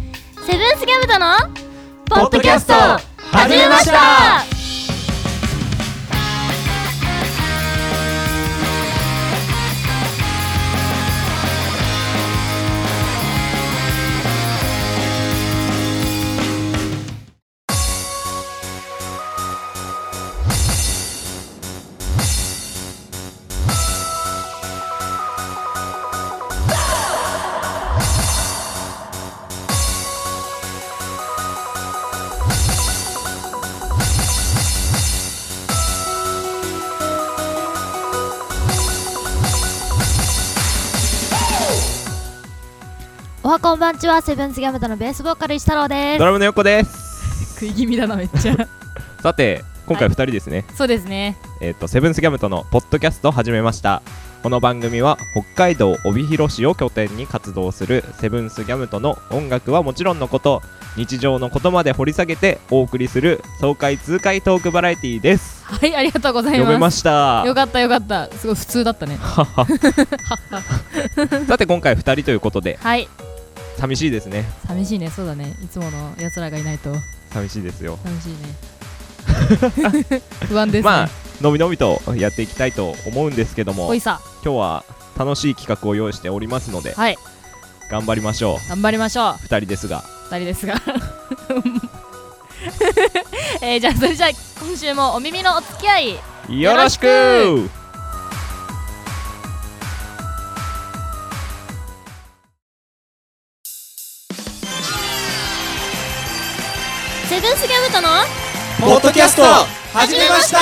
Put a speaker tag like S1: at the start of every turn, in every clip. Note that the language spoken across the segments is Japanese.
S1: ルースギャムとの
S2: ポッドキャスト始めました
S1: おはこんばんちはセブンスギャムとのベースボーカル石太郎で
S3: ドラムの横です
S2: 食い気味だなめっちゃ
S3: さて今回
S2: はい
S3: 2人ですね、
S2: そうですね
S3: えっ、とセブンスギャムとのポッドキャストを始めましたこの番組は北海道帯広市を拠点に活動するセブンスギャムとの音楽はもちろんのこと日常のことまで掘り下げてお送りする爽快痛快トークバラエティーです
S2: はいありがとうござい
S3: 読
S2: ます
S3: めました
S2: よかったよかったすごい普通だったね
S3: さて今回2人ということで
S2: はい
S3: 寂しいですね
S2: 寂しいねそうだねいつもの奴らがいないと
S3: 寂しいですよ
S2: 寂しい ね不安ですね、
S3: まあのびのびとやっていきたいと思うんですけども
S2: おい
S3: 今
S2: さ
S3: 日は楽しい企画を用意しておりますので
S2: はい
S3: 頑張りましょ
S2: 頑張りましょ
S3: う
S2: う
S3: 2人ですが
S2: 二人ですが えー、じゃあそれじゃあ今週もお耳のお付き合い
S3: よろしく
S2: よ
S1: セブンスギャムとの
S4: ポッドキャスト始めました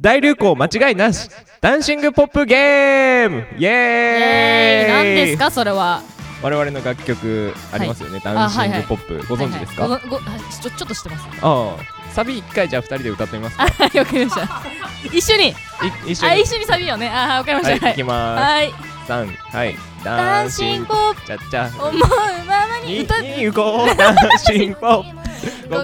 S3: 大流行間違いなしダンシングポップゲームイエーイ
S2: 何ですかそれは
S3: 我々の楽曲ありますよね、ダンシングポップ、ご存知ですか、
S2: はいはいごごあちょちょっと知ってます
S3: ああサビ一回じゃあ2人で歌ってみますか
S2: はいわかりました一緒に
S3: い一緒
S2: あ
S3: に
S2: 一緒にサビよねあーわかりま
S3: は
S2: し
S3: い
S2: たは
S3: 行
S2: い
S3: きま
S2: はい
S3: す三はいダ
S2: ダ
S3: ン
S2: ン
S3: シ
S2: シ
S3: ン
S2: ン
S3: グ
S2: グ
S3: ちゃっちゃ
S2: 思うままに
S3: に
S2: 歌っ
S3: に行こうダンシングポ ッ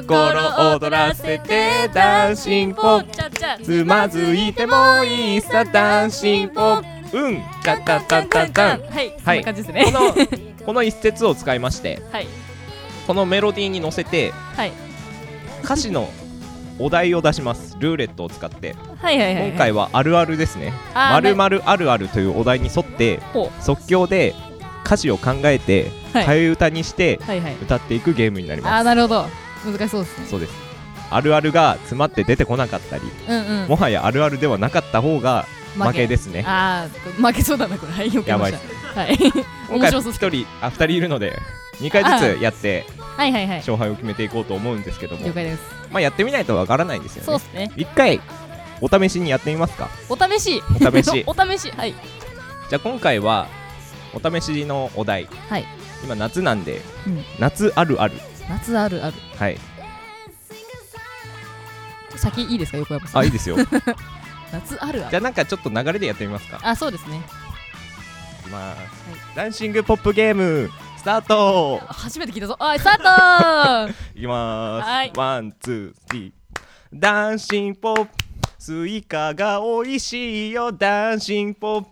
S3: プ心躍らせてダンシングポップ
S2: ちゃちゃ
S3: つまずいてもいいさダンシングポップうんカンカンカンカンカン
S2: はいそん
S3: はい
S2: な感じで
S3: こ
S2: すね
S3: のこの一節を使いまして
S2: はい
S3: このメロディーに乗せて
S2: はい
S3: 歌詞のお題を出しますルーレットを使って
S2: はいはいはい
S3: 今回はあるあるですね「
S2: あー
S3: まるまるあるある」というお題に沿って
S2: ほ
S3: 即興で歌詞を考えて
S2: はい
S3: 替え歌にして
S2: はいはい
S3: 歌っていくゲームになり
S2: あ
S3: ま
S2: ー
S3: す、
S2: なるほど難しそうですね
S3: そうですあるあるが詰まって出てこなかったり
S2: うんうん
S3: もはやあるあるではなかった方が負けですね
S2: あー負けそうだなこれはいよく
S3: やばい
S2: ましたはい
S3: 今
S2: 面
S3: 回
S2: 白そう
S3: 1
S2: っす
S3: 人あ2人いるので2回ずつやって
S2: はいはいはい
S3: 勝敗を決めていこうと思うんですけども
S2: 了解です
S3: まあやってみないとわからないです
S2: そう
S3: よ
S2: っ
S3: ね
S2: すね
S3: 1回お試しにやってみますか
S2: お試し
S3: お試し
S2: お試しはい
S3: じゃあ今回はお試しのお題、
S2: はい
S3: 今夏なんで、
S2: うん
S3: 夏あるある
S2: 夏あるある
S3: はい
S2: 先いいですか横山さん
S3: あいい ですよじ
S2: 夏あるある
S3: ゃあなんかちょっと流れでやってみますか
S2: あそうですね
S3: いきます、ダンシングポップゲームスタート
S2: あ初めて聞いたぞおいスタート
S3: いきます、
S2: はい
S3: ワンツースリーダンシングポップスイカが美味しいよダンシングポップ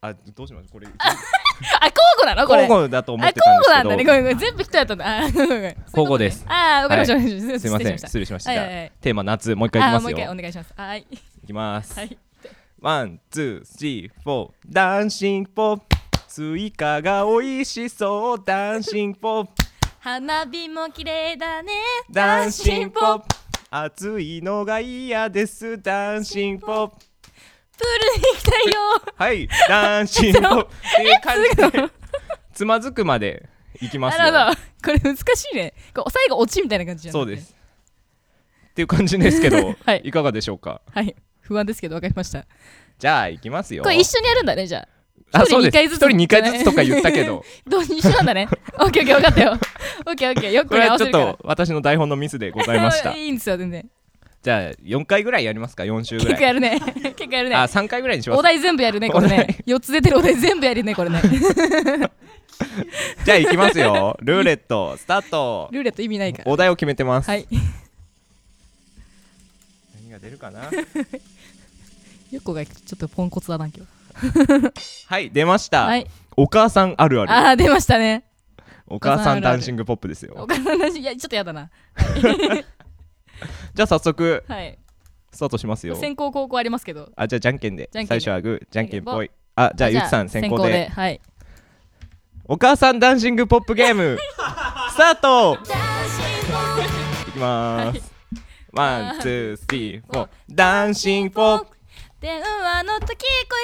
S3: あどうしますこれ
S2: あ交互なのこれ
S3: 交互だと思っ
S2: あ、
S3: てたんで
S2: 交
S3: すけ
S2: 互なん
S3: ど
S2: だね。ごめんごめん。全部一人やったんだ。あー、ごめんごめん。
S3: 交互です
S2: あー、わかりました。
S3: は
S2: わかりました
S3: すいません失
S2: 失礼し
S3: 礼しました、
S2: はいはいはい
S3: テーマ夏もう一
S2: た
S3: 回いき
S2: あ
S3: ま
S2: ー、もう
S3: す
S2: 一
S3: よ
S2: 回お願いします。はい。
S3: いきます、
S2: はい。
S3: ワン、ツー、スリー、フォー。ダンシングポップ。スイカが美味しそう。ダンシングポップ。
S2: 花火も綺麗だね。
S3: ダンシングポップ。暑いのが嫌です。ダンシングポップ。
S2: プールに行きたいよ。
S3: はい、ダンシングポップ。っていう感じ で、つまずくまでいきます
S2: なる
S3: よ。
S2: ほど。これ難しいね。こう最後落ちみたいな感じじゃん。
S3: そうで。す。っていう感じですけど、
S2: はい
S3: い、かがでしょうか
S2: はい。不安ですけどわかりました。
S3: じゃあ、いきますよ。
S2: これ一緒にやるんだね、じゃあ。
S3: あ、
S2: 一人
S3: そうです。
S2: 二回
S3: 一
S2: ずつ
S3: 人2回ずつとか言ったけ ど、
S2: どうに一緒なんだね。 オッケーオッケー、わかったよ。オッケーオッケー。よく
S3: こ
S2: こ
S3: れ
S2: れ合
S3: は
S2: わ
S3: ち
S2: せ
S3: ょっ
S2: るから。
S3: と私の台本のミスでございま した
S2: い。いんですよ、全然。
S3: じゃあ4回ぐらいやりますか4週ぐ
S2: 結
S3: ら
S2: 構
S3: い
S2: やるね。 結構やるね。
S3: あ3回ぐらいにしま
S2: お
S3: す
S2: 題全部やるね、これ
S3: お
S2: ね。4つ出てるお題全部やるね、これね。
S3: じゃあいきますよルーレットスタート
S2: ルーレット意味ないから。
S3: お題を決めてます
S2: はい。
S3: 何が出ってるかな
S2: ゆっこがちょっとポンコツだな今日
S3: はい出ました、
S2: はい
S3: お母さんあるある
S2: あー出ましたね
S3: お母さん
S2: お母さんあるあ
S3: ダ
S2: る
S3: ンシングポップですよ
S2: お金の話いやちょっとやだな
S3: じゃあ早速
S2: はい
S3: スタートしますよ
S2: 先行後攻ありますけど
S3: あじゃあじゃんけんで
S2: じゃんけん
S3: 最
S2: で
S3: 初はグーじゃんけんぽいあじゃあ
S2: じ
S3: ゆ
S2: ゃ
S3: きさん先行で
S2: はい
S3: お母さんダンシングポップゲー ムスタートいきまーすワンツースリーフォーダンシングポップ
S2: 電話の時声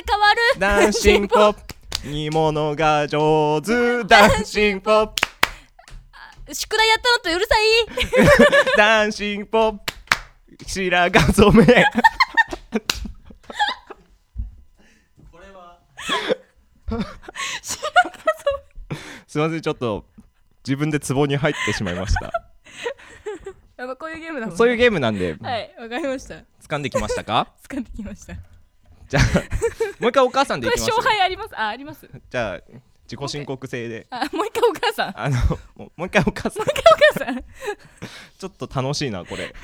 S2: 変わる
S3: ダンシングポッ プ煮物が上手ダンシングポップ
S2: 宿題やったのってうるさ い
S3: ダンシングポップ白髪染めすいませんちょっと自分で壺に入ってしまいま した
S2: やばこういうゲームだもんね
S3: そういうゲームなんで
S2: はいわかりました
S3: 掴んできましたか
S2: 掴んできましたこ
S3: じゃあもう一回お母さんで
S2: れ
S3: いきます
S2: 勝敗ありますああります
S3: じゃあ自己申告制で
S2: あもう一回お母さんも
S3: あのもうもう一回お母さん
S2: う一回お母さん
S3: ちょっと楽しいなこれ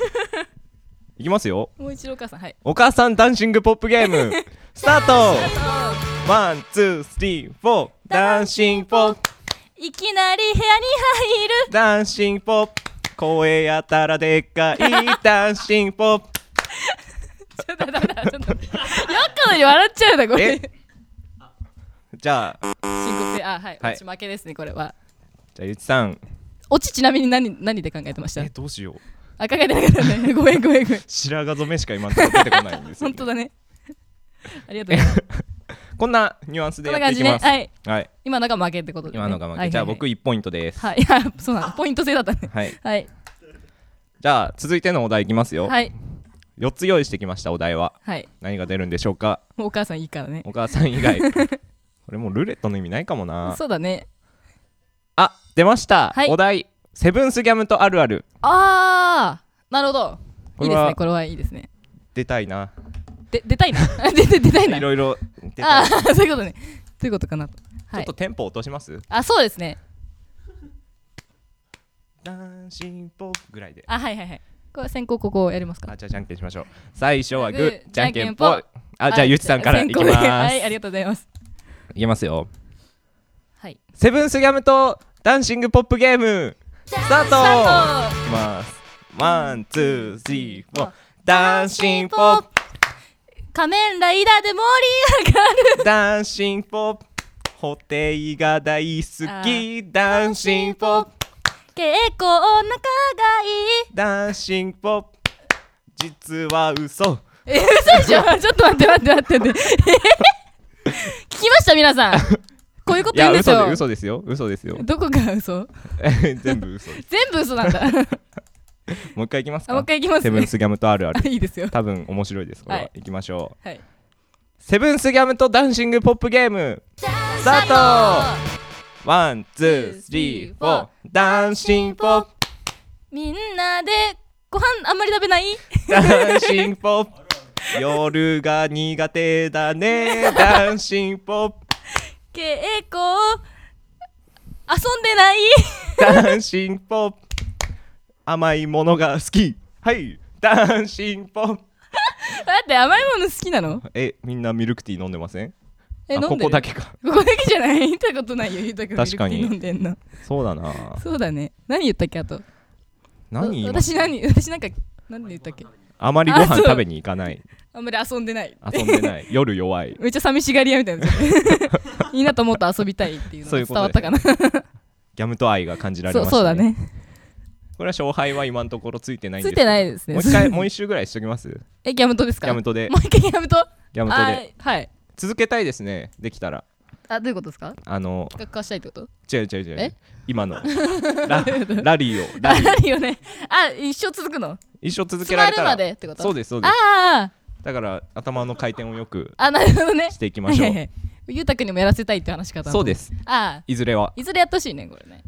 S3: いきますよ
S2: もう一度お母さんはい
S3: お母さんダンシングポップゲームスタートワンツースリーフォーダンシングポップ
S2: いきなり部屋に入る
S3: ダンシングポップ声やたらでっかいダンシングポップ
S2: ちょっとだめだちょっとよっこのに笑っちゃうなこれ
S3: えじゃあ
S2: 申告制あはい、
S3: はい
S2: 落ち負けですねこれは
S3: じゃあゆちさん
S2: 落ちちなみに何何で考えてました
S3: えどうしよう
S2: あ考えてなかった ねごめんごめんごめん
S3: 白髪染めしか今のところ出てこないんですよ、
S2: 本
S3: ね
S2: 当、だねありがとうございます
S3: こんなニュアンスで
S2: こん
S3: や
S2: な
S3: ってい
S2: 感じ
S3: き
S2: ね
S3: ます
S2: はい
S3: はい
S2: 今のが負けってことで、ね、
S3: 今のが負け、
S2: はいはいはい
S3: じゃあ僕1ポイントです
S2: はいい やそうなのポイント制だったね
S3: はい
S2: はい
S3: じゃあ続いてのお題いきますよ、
S2: はい
S3: 4つ用意してきましたお題は
S2: はい
S3: 何が出るんでしょうか
S2: もうお母さんいいからね
S3: お母さん以 外これもうルーレットの意味ないかもな
S2: そうだね
S3: あ出ました、
S2: はい
S3: お題セブンスギャムとあるある
S2: あーなるほどい
S3: こ
S2: い
S3: れ
S2: です
S3: は
S2: ねこれはいいですね
S3: 出たいな
S2: で出たいな 出て出たいない
S3: ろいろ出た
S2: あ
S3: いち
S2: あそういうことねそういうことかなと
S3: ょ
S2: は
S3: っ
S2: い
S3: とテンポ落とします
S2: あそうですね
S3: ダンシンポぐらいで
S2: あはいはいはいこれ先行ここをやりますか
S3: あじゃあじゃんけんしましょう最初はグ
S2: グ
S3: ー
S2: ー
S3: じゃんけんぽ
S2: じゃんけん
S3: あじゃあゆちさんからい
S2: 先
S3: き
S2: 行
S3: ま
S2: で
S3: ー
S2: はいありがとうございます
S3: すいきますよ
S2: はい
S3: セブンスギャムとダンシングポップゲームスタートいきますワンツースリーフォーダンシンポップ
S2: 仮面ライダーで盛り上がる
S3: ダンシングポップホテイが大好きダンシングポップ
S2: 結構仲がいい
S3: ダンシングポップ実は嘘
S2: え嘘でしょちょっと待って待って待って待って 聞きました皆さんこういうこと
S3: い
S2: 言う
S3: や
S2: んです
S3: 嘘で
S2: よ
S3: 嘘ですよ嘘ですよ
S2: どこが嘘
S3: 全部嘘です
S2: 全部嘘なんだ
S3: もう一回いきます
S2: あ
S3: か
S2: もう一回いきます
S3: セブン
S2: ね
S3: スギャムとあるある
S2: いいですよ
S3: 多分面白いですこれは、
S2: はい
S3: い、きましょう
S2: はい
S3: セブンスギャムとダンシングポップゲームスタートワンツースリーフォーダンシングポップ
S2: みんなでご飯あんまり食べない
S3: ダンシングポップ夜が苦手だねダンシングポップ
S2: 結構遊んでない
S3: ダンシングポップ甘いものが好きはいダンシングポップ
S2: 待って甘いもの好きなの
S3: えみんなミルクティー飲んでません
S2: え飲ん
S3: あ
S2: でる
S3: ここだけか
S2: ここだけじゃない見たことないよゆうたくん
S3: 確かに
S2: ミルクティー飲んでんの
S3: そうだな
S2: そうだね何言ったっけあと
S3: 何今
S2: 私何私なんか何で言ったっけ
S3: あまりご
S2: あ
S3: 飯
S2: そう
S3: 食べに行かない
S2: あんまり遊んでない
S3: 遊んで ない夜弱い
S2: めっちゃ寂しがり屋みたいな みんなともっと遊びたいっていうの
S3: そうい
S2: が
S3: うこ
S2: 伝
S3: と
S2: わ
S3: で
S2: っ
S3: す
S2: たかな
S3: ギャムと愛が感じられ
S2: そ
S3: ま
S2: う
S3: した、ね、
S2: そうだね
S3: これは勝敗は今のところついてないんで
S2: つ
S3: す
S2: い
S3: けど
S2: てないですね
S3: もう一回もう一周ぐらいしとき ますギ
S2: えギャムトですか
S3: ャムトで
S2: もう一回ギャムト
S3: ギャムト
S2: あ
S3: で
S2: ーはい
S3: 続けたいですねできたら
S2: あどういうことですか
S3: あの
S2: 企画化したいってこと
S3: 違う違う違う
S2: え
S3: 今 のララリーをラ
S2: あ
S3: リー
S2: なるよねあ一生続くの
S3: 一生続け
S2: 詰
S3: られ
S2: まる
S3: たら
S2: までってこと
S3: そう
S2: で
S3: ですそうです
S2: あー
S3: だから頭の回転をよく
S2: あなるほどね
S3: していきましょ
S2: は
S3: う
S2: いはいはいゆうたくんにもやらせたいって話し方
S3: そう
S2: で
S3: です
S2: あ
S3: いずれは
S2: ーいずれやってほしいねこれね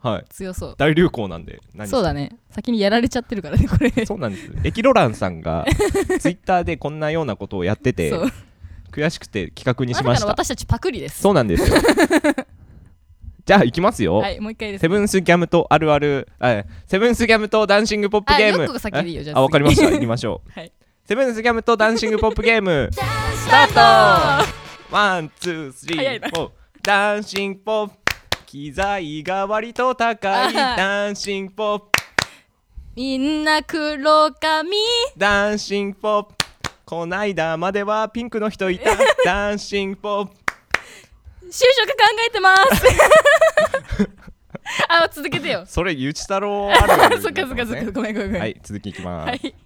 S3: はい
S2: 強そう
S3: 大流行なんで何
S2: そうだね先にやられちゃってるからねこれ
S3: そうなんですエキロランさん がツイッターでこんなようなことをやってて
S2: そう
S3: 悔しくて企画に
S2: あ
S3: し
S2: な
S3: まし
S2: たの
S3: た
S2: 私たちパクリです
S3: そうなんです よじゃあいきますよ、
S2: はいもう一回です
S3: セブンスギャムとあるあるあセブンスギャムとダンシングポップゲーム
S2: あよっこが先でいいよ
S3: え
S2: じゃあ
S3: あわかりました
S2: 次
S3: 行きましょう
S2: はい
S3: セブンスギャムとダンシングポップゲーム
S2: スタート
S3: ワンツースリ
S2: 早い
S3: ー
S2: な
S3: フォーダンシングポップ機材が割と高い
S2: あー
S3: ダンシングポップ
S2: みんな黒髪
S3: ダンシングポップこないだまではピンクの人 いたダンシングポップ
S2: 就職考えてます あ続けてよ
S3: それゆち太郎あるある
S2: そっ かそっかそっかごめんごめんごめん
S3: はい続きいきま
S2: は
S3: す
S2: い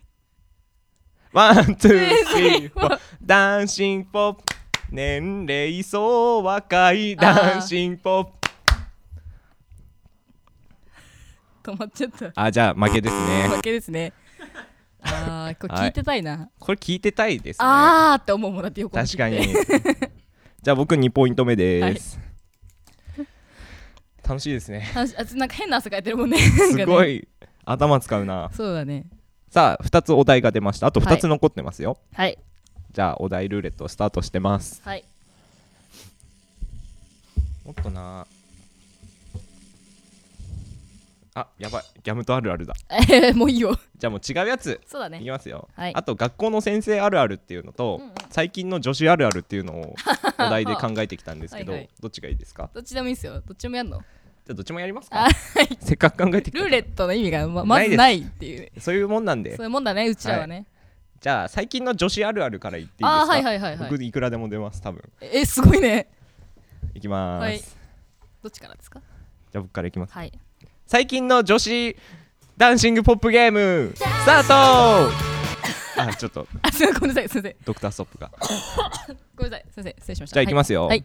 S3: ワン、ツー、スリー、フ
S2: ー
S3: ォー。ダンシンポップ。年齢層若いダンシンポップ。
S2: 止まっちゃった
S3: あじゃあ負けですね。
S2: 負けですねあーこれ聞いてたいな、
S3: これ聞いてたいですね。
S2: あーって思うもんだってよく
S3: 確か に。じゃあ僕2ポイント目です。楽しいですね。
S2: あつなんか変な汗かいてるもんね
S3: すご
S2: なんかね
S3: い頭使うな。
S2: そうだね
S3: さあ2つお題が出ました。あと2
S2: はい
S3: つ残ってますよ。
S2: はい
S3: じゃあお題ルーレットスタートしてます。
S2: はい
S3: もっとな。あやばい。ギャムとあるあるだ。
S2: えー、 もういいよ
S3: じゃあもう違うやつ。
S2: そうだ
S3: い
S2: ね
S3: きますよ、
S2: はい
S3: あと学校の先生あるあるっていうのと、最近の女子あるあるっていう のをお題で考えてきたんですけど
S2: はいはい
S3: どっちがいいですか
S2: どっちでもいいですよどっちでもやんの
S3: じゃあどっちもやりますか
S2: あ
S3: せっかく考えてき
S2: ルー
S3: た
S2: レットの意味がま
S3: な
S2: ま
S3: い
S2: ず
S3: です
S2: ないっていうね
S3: そういうもんなんで
S2: そういうもんだねうちらはね、
S3: じゃあ最近の女子あるあるから言っていいですか
S2: ああーはいはいはいはい
S3: 僕いくらでも出ます多分
S2: えすごいね
S3: いきまーす、
S2: はい
S3: じ
S2: どっちからですか
S3: ゃあ僕からいきます
S2: はい
S3: 最近の女子ダンシングポップゲームスタ ートあちょっと
S2: あすいませんごめんなさいすいません
S3: ドクターストップが
S2: ごめんなさいすいません失礼しました
S3: じゃあ行きますよ。
S2: はい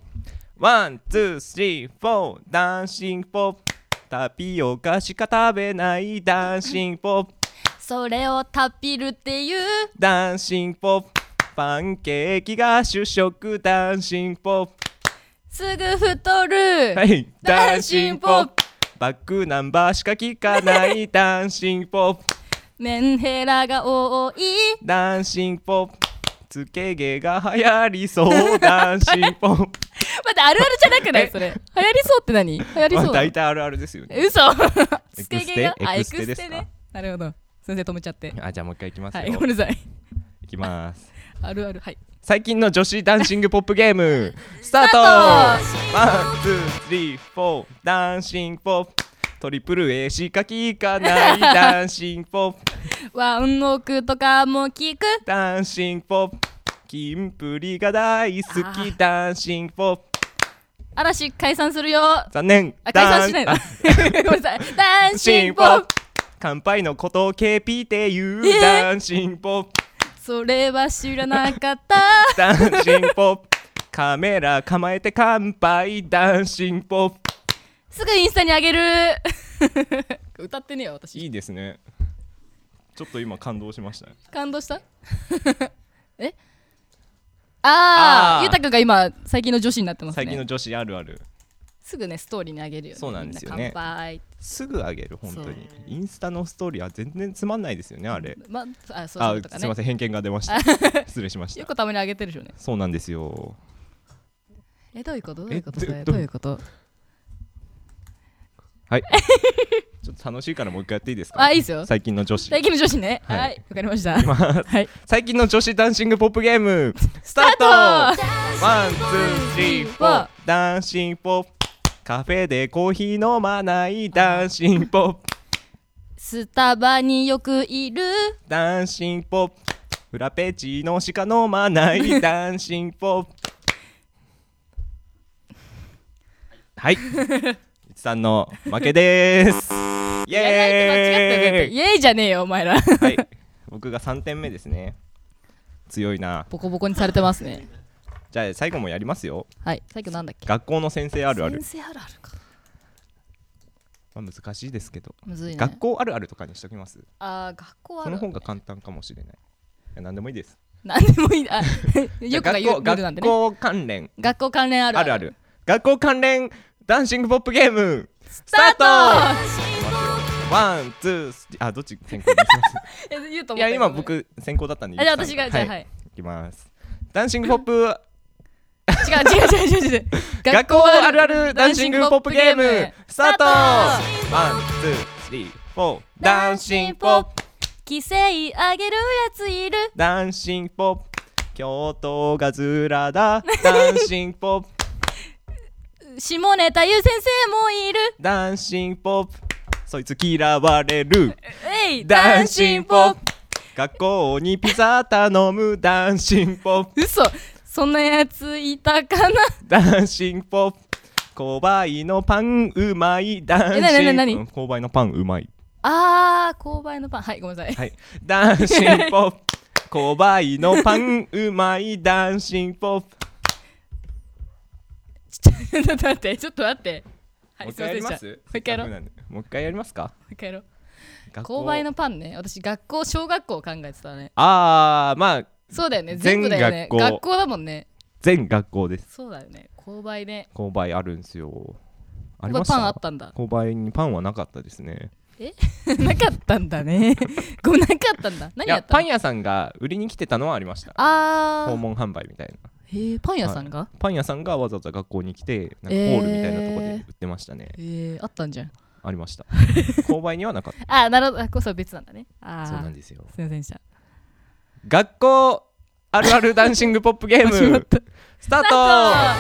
S3: ワン、ツー、スリー、フォー、ダンシングポップ。タピオカしか食べないダンシングポップ。
S2: それをタピルっていう
S3: ダンシングポップ。パンケーキが主食ダンシングポッ
S2: すぐ太る、
S3: プ。はい、ダ
S2: ダ
S3: ン
S2: ン
S3: シ
S2: シ
S3: ン
S2: ン
S3: グ
S2: グ
S3: ポ
S2: ポ
S3: ッ
S2: ッ
S3: プ。バックナンバーしか聞かないダンシングポップ。
S2: メンヘラが多い
S3: ダンシングポップ。つけ毛が流行り そうダンシングポップ。
S2: 待ってあるあるじゃなくないそれ流行りそうって何流行り
S3: まあ
S2: そうだ
S3: 大体あるあるですよね。
S2: 嘘
S3: エ
S2: ス
S3: ク
S2: ケ
S3: ス
S2: ゲ
S3: テ
S2: があ
S3: エ
S2: エ
S3: ク
S2: ク
S3: ステ
S2: ス
S3: です
S2: テ
S3: か
S2: ねなるほど先生止めちゃって
S3: あ、じゃあもう一回いきます
S2: は
S3: よ。
S2: いごめんなさい
S3: いきます。
S2: あるあるはい
S3: 最近の女子ダンシングポップゲー ムスタート
S2: ト
S3: ワンツースリーフォーダンシングポップトリプル A しか聞かないダンシングポッ プ
S2: ワンオクとかも聞く
S3: ダンシングポップキンプリが大好
S2: あ
S3: きダンシングポップ
S2: 嵐解散するよ
S3: 残念
S2: あ解散しないの
S3: ダン
S2: ごめんなさいダンシ
S3: シン
S2: ン
S3: グ
S2: グ
S3: ポ
S2: ポ
S3: ッ
S2: ッ
S3: プ
S2: プ
S3: 乾杯のことを KP って言う、
S2: えー
S3: ダンシングポップ
S2: それは知らなか った
S3: ダンシングポップカメラ構えて乾杯ダンシングポップ
S2: すぐインスタにあげる 歌ってねえよ
S3: い
S2: 私
S3: いですねちょっと今感動しましたね
S2: 感動した えあ
S3: あ
S2: あ
S3: ー
S2: ゆうたくんが今最近の女子になってますね
S3: 最近の女子あるある
S2: すぐねストーリーにあげるよね
S3: そうなんですよね
S2: みな乾杯
S3: すぐ上げる本当
S2: そう
S3: にインスタのストーリーは全然つまんないですよねあれ
S2: まあそう
S3: あ
S2: そうとか
S3: すいま
S2: ね
S3: せん偏見が出ました 失礼しまし
S2: よ
S3: た
S2: くたまにあげてるでしょうね
S3: そうなんですよ
S2: えどういうことどう
S3: え
S2: いうこと
S3: ど
S2: それ
S3: ど
S2: どういうこと
S3: はい ちょっと楽しいからもう一回やっていいですか
S2: あいいですよ
S3: 最近の女子
S2: 最近の女子ね
S3: はい
S2: はいわかりましたはい
S3: 最近の女子ダンシングポップゲームスタートワン
S2: あ
S3: ツ
S2: と
S3: ースリーフォーダンシングポップカフェでコーヒー飲まないダンシングポップ
S2: スタバによくいる
S3: ダンシングポップフラペチーノしか飲ま ないダンシングポップはい、いつさんの負けです イ
S2: やらないって間違って
S3: エ
S2: る
S3: ーイ
S2: イエーイじゃねえよお 前ら
S3: はい、僕が3点目ですね強いな
S2: ボコボコにされてますね
S3: じゃあ最後もやりますよ
S2: はい最近なんだっけ
S3: 学校の先生あるある、
S2: 先生あるあるか
S3: まあ、難しいですけど、
S2: むずいね
S3: 学校あるあるとかにしときます
S2: あー学校あ
S3: そ
S2: る
S3: の方が簡単かもしれないいや何でもいいです
S2: 何でもいいあ よくが
S3: じゃ
S2: 言
S3: あ
S2: うルー
S3: 学
S2: ルな
S3: 校
S2: んでね
S3: 学校関連
S2: 学校関連ある
S3: あるある。学校関連ダンシングポップゲームス
S2: スタ
S3: ワ
S2: ー
S3: ン、ツー、スリーあ、どっち先行ですいま
S2: トえ言うと
S3: せんい
S2: 思
S3: や、
S2: った
S3: 今僕先行だったんで。。
S2: あじゃあ私がじゃあはいい
S3: いきます。ダンシングポッ プ、
S2: 違う違う違う違う違う
S3: 学校あるあるダンシングポップゲームスタートワン、ツー、スリー、フォー、ダンシングポップ
S2: 規制あげるやついる
S3: ダンシングポップ京都がずらだ ダンシングポップ
S2: 下ネタ言う先生もいる
S3: ダンシングポップそいつ嫌われる
S2: えい
S3: ダンシングポッ
S2: プ
S3: プ学校にピザ頼むダンシングポップ
S2: 嘘そんなやついたかな
S3: ダンシングポップ購いのパンうまいダンシン
S2: えなになになに
S3: うん購いのパンうまい
S2: あー購買のパンはいごめんなさい
S3: はいダンシングポップ購いのパンうまいダンシングポップ
S2: ちょちょっと待ってちょっと待っては
S3: もう
S2: い
S3: 一
S2: すいま
S3: 回
S2: せ
S3: や
S2: ん
S3: り
S2: で
S3: ま
S2: し
S3: す
S2: たもう一回やろう
S3: せっかく
S2: も
S3: なんでもう一回やりますか
S2: う一回やろう
S3: 学校
S2: 購買のパンね私学校小学校考えてたね
S3: ああまあ
S2: そうだよね全部だよね
S3: 全学校
S2: 学校だもんね
S3: 全学校です
S2: そうだよね購買ね
S3: 購いあるんですよありま
S2: 購買
S3: し
S2: パンあ
S3: た
S2: ったんだ
S3: 購いにパンはなかったですね
S2: なかったんだね ごめんなかったんだ何
S3: い
S2: や
S3: や
S2: った
S3: パ
S2: の
S3: ン屋さんが売りに来てたのはありました
S2: あ
S3: 訪
S2: ー
S3: 問販売みたいな
S2: へーパン屋さんが、
S3: パン屋さんがわざわざ学校に来てなんかホ
S2: えー
S3: ールみたいなとこで売ってましたね、
S2: えー、あったんじゃん
S3: ありま した購買にはなかっ
S2: あーなるほどあこそは別なんだねあ
S3: たそ
S2: ー
S3: うなんですよ
S2: すいませんでした
S3: 学校あるあるダンシングポップゲー
S2: 始まっ
S3: ム
S2: た
S3: スタートワ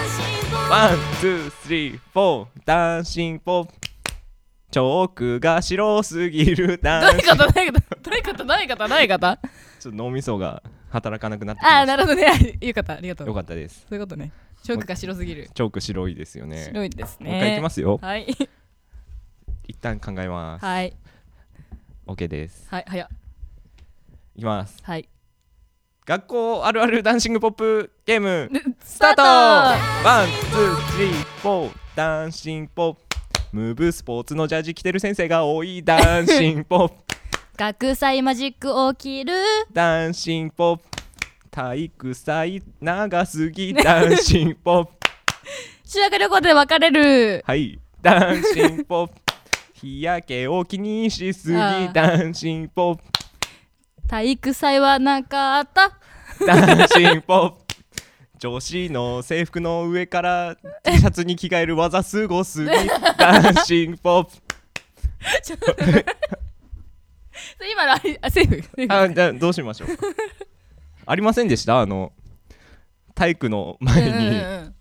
S3: ンツースリーフォーダンシングポップチョークが白すぎる
S2: ど
S3: ダ
S2: う
S3: ン
S2: いう
S3: シン
S2: こ
S3: グ
S2: とどういうことどういうことどういうことどういうことあ
S3: ちょっと脳みそが働かなくなってきまし
S2: あ
S3: た
S2: ーなるほどねよかったありがとう
S3: よかったです
S2: そういうことねチョークが白すぎる
S3: チョーク白いですよね
S2: 白いですね
S3: もう一回いきますよ
S2: はい
S3: 一旦考えます
S2: はい
S3: OK です
S2: はい早っ
S3: いきます
S2: はい
S3: 学校あるあるダンシングポップゲーム
S2: ス
S3: スタートワン、ツー、スリー、フォー、ダンシングポップ。ムーブスポーツのジャージ着てる先生が多い。ダンシング ポップ、
S2: 学祭マジック起きる
S3: ダンシングポップ。体育祭長すぎ。ダンシングポップ。
S2: 修学旅行で別れる
S3: はい、ダンシングポップ。日焼けを気にしすぎ
S2: あー。
S3: ダンシングポップ。
S2: 体育祭はなかった
S3: ダンシングポップ。女子の制服の上から T シャツに着替える技すごすぎ。ダンシングポップ。
S2: それ今のありあセーフセーフ
S3: あじゃあどうしましょうありませんでしたあの体育の前
S2: うんうんう
S3: に
S2: ん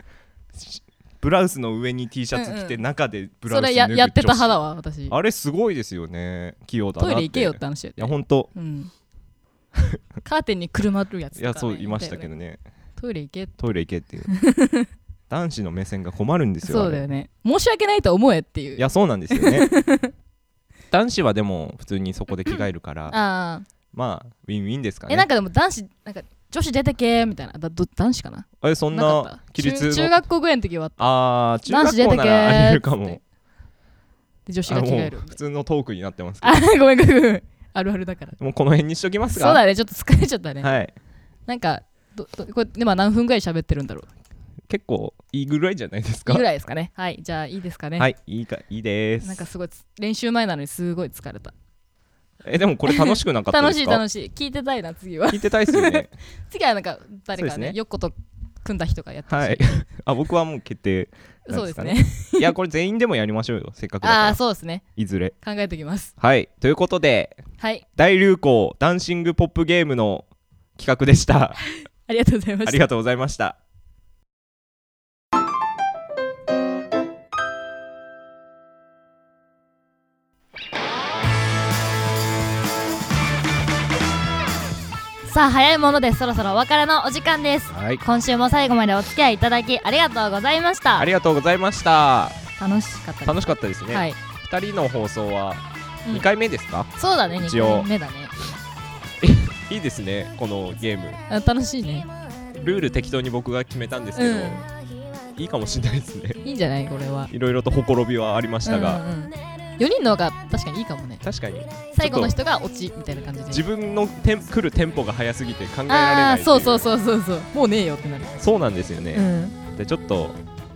S3: ブラウスの上に T シャツ着て
S2: うんう
S3: 中でブラウ
S2: そ
S3: ス脱
S2: れ
S3: ぐ
S2: ややってた派だ
S3: わ
S2: わ私
S3: あれすごいですよね器用だなっ
S2: ト
S3: て
S2: イレ行けよって話や
S3: いやほんと
S2: うん、 カーテンにくるまるやつと
S3: い
S2: かね、
S3: やそう言いましたけ
S2: だよね
S3: どね
S2: トイレ行けって
S3: トイレ行けっていう 男子の目線が困るんですよ
S2: そうだよね申し訳ないと思えってい
S3: あ
S2: う
S3: れいやそうなんですよ ね男子はでも普通にそこで着替えるから
S2: ああ
S3: まあウィンウィンですか
S2: えなん
S3: ね
S2: かでも男子なんか女子出てけみたいなだど男子かな
S3: あれそん
S2: なか
S3: な
S2: った
S3: 規律
S2: 中中
S3: の
S2: 学校ぐらいの時はあった
S3: ああ中
S2: 男
S3: 学
S2: 子出
S3: 校
S2: て
S3: な
S2: け
S3: らありえるか
S2: ーっつっ
S3: も
S2: てで女子
S3: あ
S2: が
S3: の
S2: 着替える
S3: もう普通のトークになってますけ
S2: あ ごめんごめんごめんあるあるだから
S3: どもうこの辺にしときます
S2: そう
S3: が
S2: だねちょっと疲れちゃったね、
S3: はい
S2: なんかどどこれ今何分ぐらい喋ってるんだろう
S3: 結構いいぐらいじゃないです
S2: いい
S3: か
S2: ぐらいですかねはいじゃあいいですかね、
S3: はいいいかいいです
S2: なんかすごいつ練習前なのにすごい疲れた
S3: えでもこれ楽しくなかったで
S2: 楽し
S3: す
S2: い
S3: か
S2: 楽しい聞いてたいな次は
S3: 聞いてたいですよ ね
S2: 次はなんか誰か
S3: そうで
S2: ね
S3: すね
S2: よっこと組んだ人がやってほしい、
S3: はいあ僕はもう決定なん
S2: そう
S3: で
S2: ですす
S3: かね
S2: ね
S3: いやこれ全員でもやりましょうよせっかくだ
S2: あ
S3: か
S2: あ
S3: ら
S2: そうですね
S3: いずれ
S2: 考えておきます
S3: はいということで
S2: はい
S3: 大流行ダンシングポップゲームの企画でした
S2: ありがとうございま
S3: あ
S2: し
S3: り
S2: た
S3: がとうございました
S1: さあ早いものでそろそろお別れのお時間です
S3: はい
S1: 今週も最後までお付き合いいただきありがとうございました
S3: ありがとうございました
S2: 楽しかったです
S3: 楽しかったですね、
S2: はい
S3: 2人の放送は
S2: うん
S3: 2回目ですか、
S2: そうだね
S3: 一応
S2: 2回目だね
S3: いいですねこのゲーム
S2: あ楽しいね
S3: ルール適当に僕が決めたんですけど、いいかもしれないですね
S2: いいんじゃないこれはい
S3: ろ いろとほころびはありましたが、
S2: うんうん4人の方が確かにいいかもね
S3: 確かに
S2: 最後の人がオチみたいな感じで
S3: 自分のテン来るテンポが速すぎて考えられ
S2: あ
S3: な
S2: あ
S3: い
S2: そうそう
S3: う
S2: そうそうそうもうねえよってなる、
S3: そうなんですよね、
S2: うん
S3: でちょっと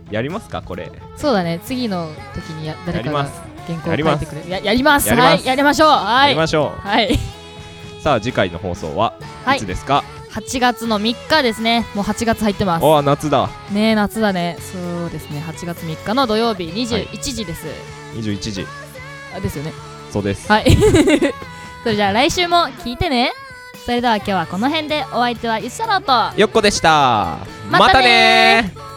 S3: やりますかこれ
S2: そうだね次の時にや誰
S3: やり
S2: か
S3: ま
S2: が
S3: す
S2: 原稿を
S3: やり
S2: 書
S3: ます
S2: いてくれるややります
S3: やります
S2: はいやりましょうは
S3: やり
S2: い
S3: ましょ
S2: はいう
S3: さあ次回の放送は
S1: はい
S3: いつですか、
S1: 8月の3日ですね
S2: もう8月入ってます
S3: ああ夏だ
S2: ねえ夏だねそうですね8月3日の土曜日21時です、
S3: 21時
S2: あですよね
S3: そうです
S2: はい それじゃあ来週も聞いてねそれでは今日はこの辺でお相手はゆっさろうと
S3: よっこでした
S2: またね
S3: ー